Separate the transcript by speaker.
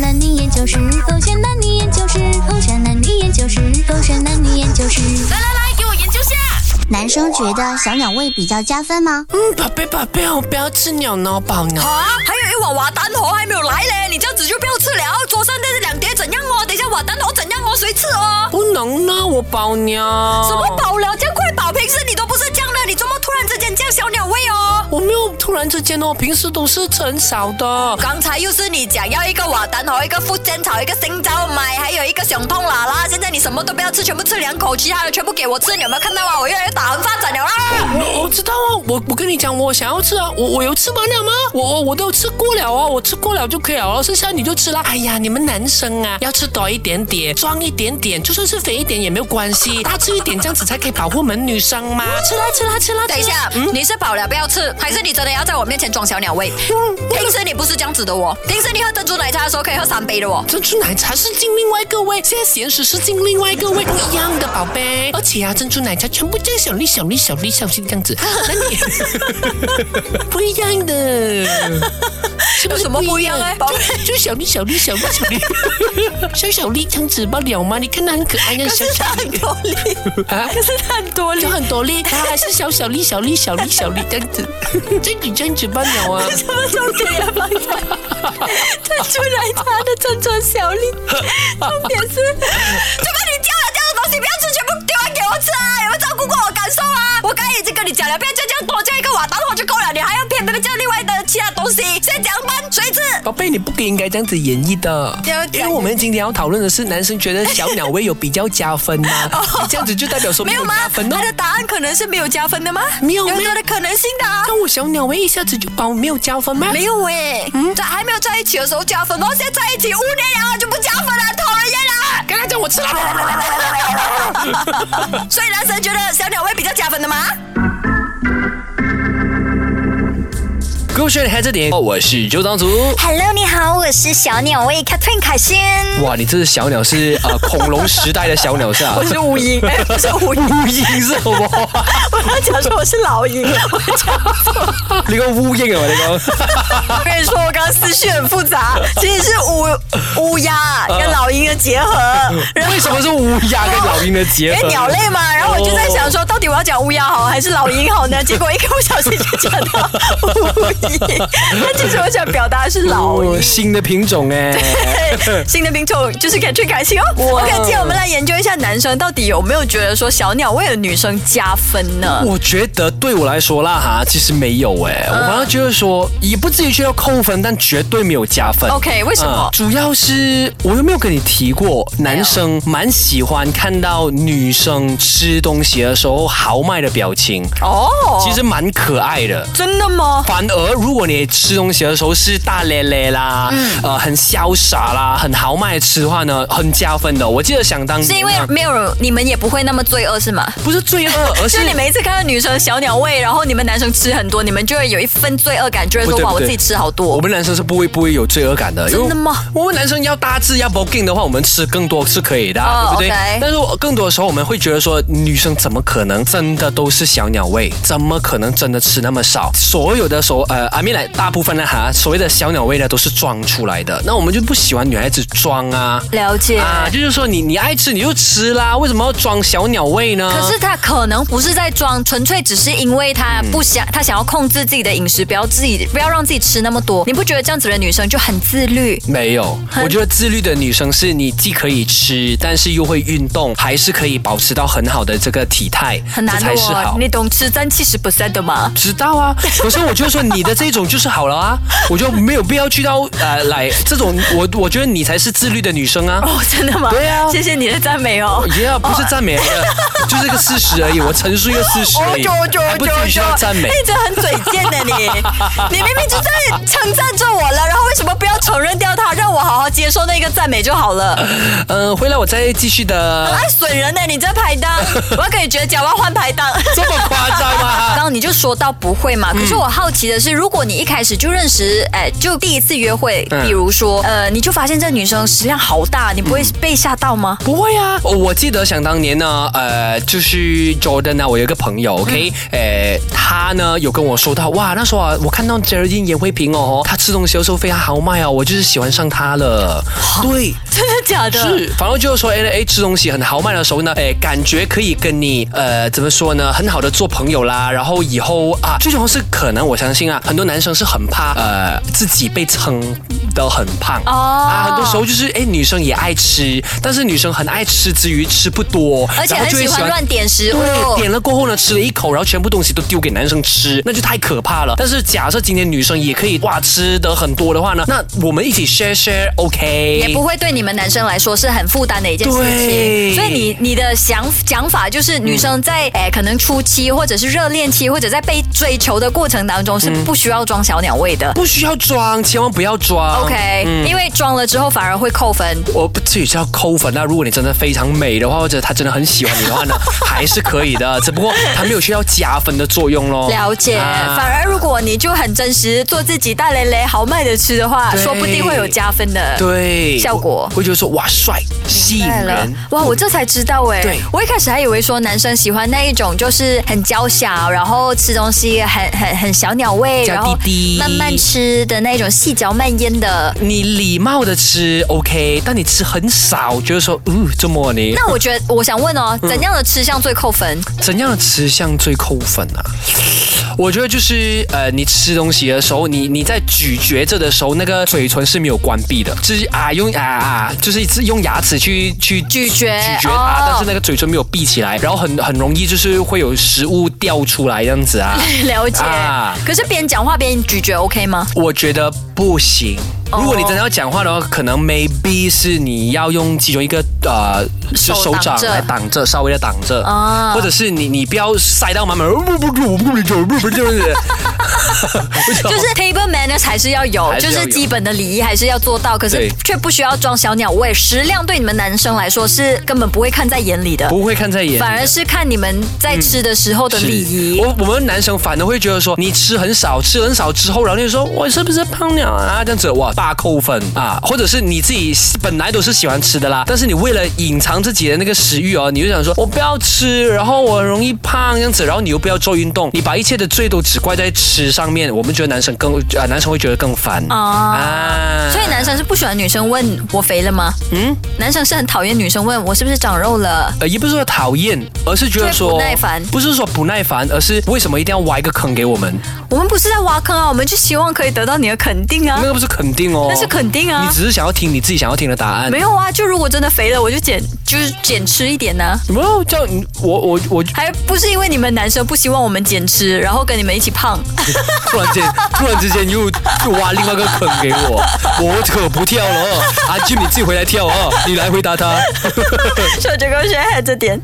Speaker 1: 男女研究室，狗血男女研究室，狗血男女研究室，狗血男女研究室。
Speaker 2: 来来来，给我研究下。
Speaker 1: 男生觉得小鸟胃比较加分吗？
Speaker 3: 嗯，宝贝宝贝，我不要吃鸟脑宝呢。
Speaker 2: 啊，还有一碗瓦蛋头还没有来嘞，你这样子就不要吃了。桌上的这两碟怎样哦？等一下瓦蛋头怎样哦？谁吃哦？
Speaker 3: 不能啦，我饱鸟。
Speaker 2: 什么？饱了？这样快饱，平时你都不是这样的，你怎么突然之间这样小鸟胃哦？
Speaker 3: 我没有突然之间哦，平时都是吃很少的。
Speaker 2: 刚才又是你讲要一个瓦蛋头，一个福建草，一个新招买，还有一个熊痛啦啦。现在你什么都不要吃，全部吃两口，其他的全部给我吃。你有没有看到啊？我越来越打横发展了啦。
Speaker 3: 我我知道啊，我我跟你讲，我想要吃啊，我我有吃完了吗？我我我都有吃过了哦，我吃过了就可以了哦，剩下你就吃啦。哎呀，你们男生啊，要吃多一点点，壮一点点，就算是肥一点也没有关系，大吃一点这样子才可以保护我们女生嘛。吃啦吃啦吃啦，
Speaker 2: 等一下，你是饱了不要吃，还是你真的要在我面前装小鸟胃？平时你不是这样子的哦，平时你喝珍珠奶茶的时候可以喝三杯的哦。
Speaker 3: 珍珠奶茶是进另外一个位，现在咸食是进另外一个位，不一样的宝贝。而且啊，珍珠奶茶全部加小粒小粒小粒小粒这 样子，那你不一样的，是
Speaker 2: 有什么不一样哎宝贝
Speaker 3: 就就小粒小粒小粒 小粒小小粒这样子罢了嘛，你看它很可爱，那小小
Speaker 2: 它很
Speaker 3: 粒
Speaker 2: 多粒，
Speaker 3: 啊。
Speaker 2: 可是它很多粒
Speaker 3: 就。很多粒，它还是小小粒、小粒、小粒、小粒这样 子，这几这样子罢了啊。
Speaker 2: 什么重点啊，放在珍珠奶茶的珍珠小粒，重点是，怎么你叫了这样的东西不要吃，全部丢完给我吃啊？有没有照顾过我感受啊？我刚才已经跟你讲了，不要叫这样多叫一个瓦达我就够了，你还要偏偏叫另外的其他东西，现在讲班谁吃？
Speaker 3: 宝贝，你不应该这样子演绎的
Speaker 2: 对我，
Speaker 3: 因为我们今天要讨论的是男生觉得小鸟胃有比较加分 吗？你这样子就代表说
Speaker 2: 哦没有吗
Speaker 3: 加？分哦
Speaker 2: 他。的答案可能是没有加分的吗？
Speaker 3: 没有
Speaker 2: 很多的可能性的啊。
Speaker 3: 但我小鸟胃一下子就把我没有加分吗？
Speaker 2: 没有哎、嗯，在还没有在一起的时候加分，然后现在在一起五年了就不加分了，讨人厌啊了。
Speaker 3: 刚刚叫我吃了。
Speaker 2: 所以男神觉得小鸟胃比较加分的吗？
Speaker 4: 勾选黑这点，
Speaker 3: 哦
Speaker 4: 我是周当主。
Speaker 5: Hello，你好，我是小鸟胃 Catherine 凯欣。
Speaker 4: 哇，你这只小鸟是呃 恐龙时代的小鸟是吧？
Speaker 2: 是 乌蝇，哎，不是乌蝇，
Speaker 4: 乌蝇是好不好？
Speaker 2: 我要讲说我是老鹰。我
Speaker 4: 你个乌蝇啊！你个
Speaker 2: 跟你说，我刚刚思绪很复杂，其实是乌乌鸦跟老鹰的结合，然后
Speaker 4: 为什么是乌鸦跟老鹰的
Speaker 2: 因
Speaker 4: 结合？
Speaker 2: 为哎鸟类嘛，然后我就在想说，到底我要讲乌鸦好还是老鹰好 呢？结果一个不小心就讲到乌鹰，但其实我想表达的是老鹰
Speaker 4: 哦。新的品种哎，
Speaker 2: 对新的品种就是感觉开心哦。OK，今天我们来研究一下男生到底有没有觉得说小鸟为了女生加分呢？
Speaker 4: 我觉得对我来说啦哈，其实没有哎，
Speaker 2: 嗯
Speaker 4: 我反而觉得说也不至于需要扣分，但绝对没有加分。
Speaker 2: OK，为什么
Speaker 4: 嗯主要是我有没有跟你提过，男生蛮喜欢看到女生吃东西的时候豪迈的表情，
Speaker 2: 哦，
Speaker 4: 其实蛮可爱的。
Speaker 2: 真的吗？
Speaker 4: 反而如果你吃东西的时候是大咧咧啦，
Speaker 2: 嗯
Speaker 4: 呃，很潇洒啦，很豪迈地吃的话呢，很加分的。我记得想当年啊
Speaker 2: 是因为没有人，你们也不会那么罪恶是吗？
Speaker 4: 不是罪恶，而
Speaker 2: 就 是是你每一次看到女生小鸟胃，然后你们男生吃很多，你们就会有一份罪恶感，觉得
Speaker 4: 不
Speaker 2: 说
Speaker 4: 对
Speaker 2: 哇，
Speaker 4: 不
Speaker 2: 我
Speaker 4: 对
Speaker 2: 自己吃好
Speaker 4: 我
Speaker 2: 多。
Speaker 4: 们男生是不会不会有罪恶感的，因为
Speaker 2: 真的吗
Speaker 4: 我们男生要大致要 b o g i n g 的话，我们吃更多是可以的，啊
Speaker 2: 哦
Speaker 4: 对不对
Speaker 2: OK
Speaker 4: 但是我更多的时候，我们会觉得说，女生怎么可能真的都是小鸟胃？怎么可能真的吃那么少？所有的所呃，阿米来大部分呢哈，所谓的小鸟胃呢，都是装出来的。那我们就不喜欢女孩子装啊。
Speaker 2: 了解。
Speaker 4: 啊，就是说你你爱吃你就吃啦，为什么要装小鸟胃呢？
Speaker 2: 可是他可能不是在装，纯粹只是因为他不想，他想要控制自己的饮食，不要自己不要让自己吃那么多。你不觉得这样子的女生就很自律？
Speaker 4: 没有，我觉得自律的女生是你既可以吃，但是又会运动，还是可以保持到很好的这个体态，
Speaker 2: 很难
Speaker 4: 这
Speaker 2: 的
Speaker 4: 才是
Speaker 2: 哦
Speaker 4: 好，
Speaker 2: 你。懂吃占七十 percent 的吗？
Speaker 4: 知道啊，可是我就说你的这种就是好了啊， 我就没有必要去到呃来这种，我我觉得你才是自律的女生啊。
Speaker 2: 哦，真的吗？
Speaker 4: 对啊
Speaker 2: 谢谢你的赞美哦。
Speaker 4: 也、yeah, 不是赞美来的，就是个事实而已，我陈述一个事实而已，
Speaker 2: 哦
Speaker 4: 还不至于需要赞美
Speaker 2: 哎。你真的很嘴贱的 你，你明明就在称赞着我了，然后为什么不要承认掉它，让我好好接受那个赞美就好了？
Speaker 4: 嗯，回来我再继续的，
Speaker 2: 爱损人呢、你这排档，我要跟你绝交，我要换排档。嗯
Speaker 4: 这么夸张吗
Speaker 2: 刚？刚你就说到不会嘛，可是我好奇的是，如果你一开始就认识，哎，就第一次约会，
Speaker 4: 嗯
Speaker 2: 比如说，呃，你就发现这女生食量好大，你不会被吓到吗？
Speaker 4: 不会啊，我我记得想当年呢，呃，就是 Jordan 啊，我有一个朋友，OK，呃，他呢有跟我说到，啊哇，那时候啊，我看到 Geraldine 颜慧萍哦，她吃东西的时候非常豪迈哦，我就是喜欢上她了。的。对，
Speaker 2: 真的假的？
Speaker 4: 是，反正就是说，哎哎，吃东西很豪迈的时候呢，哎，感觉可以跟你呃怎么说呢，很好的做朋友啦。然后以后啊，最重要是可能我相信啊，很多男生是很怕呃自己被称得很胖
Speaker 2: 哦
Speaker 4: 啊，很多时候就是哎女生也爱吃，但是女生很爱吃之余吃不多，
Speaker 2: 而且
Speaker 4: 然
Speaker 2: 很
Speaker 4: 后就会
Speaker 2: 喜欢乱点食物。哦
Speaker 4: 对，点了过后呢，吃了一口，然后全部东西都丢给男生吃，那就太可怕了。但是假设今天女生也可以哇吃得很多的话呢，那我们一起 share share，OK？、
Speaker 2: 也不会对你们男生来说是很负担的一件事情，
Speaker 4: 哎对嗯
Speaker 2: 所以你你的想讲法就是女生在诶、可能初期或者是热恋期或者在被追求的过程当中是
Speaker 4: 嗯
Speaker 2: 不需要装小鸟胃的、
Speaker 4: 不需要装，千万不要装。
Speaker 2: o k
Speaker 4: 嗯
Speaker 2: 因为装了之后反而会扣分。
Speaker 4: 我不至于是要扣分啊！如果你真的非常美的话，或者他真的很喜欢你的话呢，还是可以的，只不过他没有需要加分的作用咯。
Speaker 2: 了解，
Speaker 4: 啊
Speaker 2: 反而如果你就很真实做自己，大咧咧豪迈的吃的话，
Speaker 4: 对
Speaker 2: 说不定会有加分的。
Speaker 4: 对
Speaker 2: 效果
Speaker 4: 会觉得说哇帅，吸引
Speaker 2: 对了
Speaker 4: 人。，
Speaker 2: 哇！我这才知道哎、
Speaker 4: 对
Speaker 2: 我一开始还以为说男生喜欢那一种就是很娇小，然后吃东西很很很小鸟胃，
Speaker 4: 娇
Speaker 2: 然后
Speaker 4: 滴滴
Speaker 2: 慢慢吃的那种细嚼慢咽的。
Speaker 4: 你礼貌的吃 OK，但你吃很少，就是说，呜、这么你
Speaker 2: 那我觉得，我想问哦，
Speaker 4: 嗯
Speaker 2: 怎样的吃相最扣分？
Speaker 4: 怎样的吃相最扣分啊？我觉得就是呃，你吃东西的时候，你你在咀嚼着的时候，那个嘴唇是没有关闭的，就是啊用啊啊，就是一直用牙齿去去
Speaker 2: 咀嚼
Speaker 4: 咀嚼
Speaker 2: 哦
Speaker 4: 它，但是那个嘴唇没有闭起来，然后很很容易就是会有食物掉出来这样子啊。
Speaker 2: 了解。
Speaker 4: 啊
Speaker 2: 可是边讲话边咀嚼 OK 吗？
Speaker 4: 我觉得不行。
Speaker 2: 哦
Speaker 4: 如果你真的要讲话的话，可能 maybe 是你要用其中一个呃，就
Speaker 2: 手
Speaker 4: 手
Speaker 2: 挡着
Speaker 4: 掌来挡着，稍微的挡着，
Speaker 2: 啊
Speaker 4: 或者是你你不要塞到满满，不不不，我不理解，不不就是，
Speaker 2: 就是 table manners 还是要有，
Speaker 4: 还是
Speaker 2: 就
Speaker 4: 要有
Speaker 2: 是基本的礼仪还是要做到，可是
Speaker 4: 对
Speaker 2: 却不需要装小鸟胃。食量对你们男生来说是根本不会看在眼里的，
Speaker 4: 不会看在眼里。
Speaker 2: 反而是看你们在吃的时候的
Speaker 4: 是
Speaker 2: 礼仪。哦
Speaker 4: 我我们男生反而会觉得说，你吃很少，吃很少之后，然后你就说我是不是胖了啊？这样子哇，大扣分啊！或者是你自己本来都是喜欢吃的啦，但是你为了隐藏自己的那个食欲哦，你就想说我不要吃，然后我容易胖这样子，然后你又不要做运动，你把一切的罪都只怪在吃上面，我们觉得男生更呃男生会觉得更烦
Speaker 2: 哦
Speaker 4: 啊
Speaker 2: 所以男生是不喜欢女生问我肥了吗？嗯，男生是很讨厌女生问我是不是长肉了。
Speaker 4: 呃，也不是说讨厌，而是觉得说
Speaker 2: 觉得不耐烦
Speaker 4: 不是说不耐烦，而是为什么一定要挖一个坑给我们？
Speaker 2: 我们不是在挖坑啊，我们就希望可以得到你的肯定啊
Speaker 4: 那。个不是肯定哦，
Speaker 2: 那是肯定啊
Speaker 4: 你只是想要听你自己想要听的答案。
Speaker 2: 没有啊，就如果真的肥了，我就减，就是减吃一点呢、
Speaker 4: 没有叫你我我我
Speaker 2: 还不是因为你们男生不希望我们减吃，然后跟你们一起胖。
Speaker 4: 突然间 突然之间又又挖另外一个坑给我，我可不跳了哦，阿俊你自己回来跳哦，你来回答他。
Speaker 2: 小杰哥现在还这点。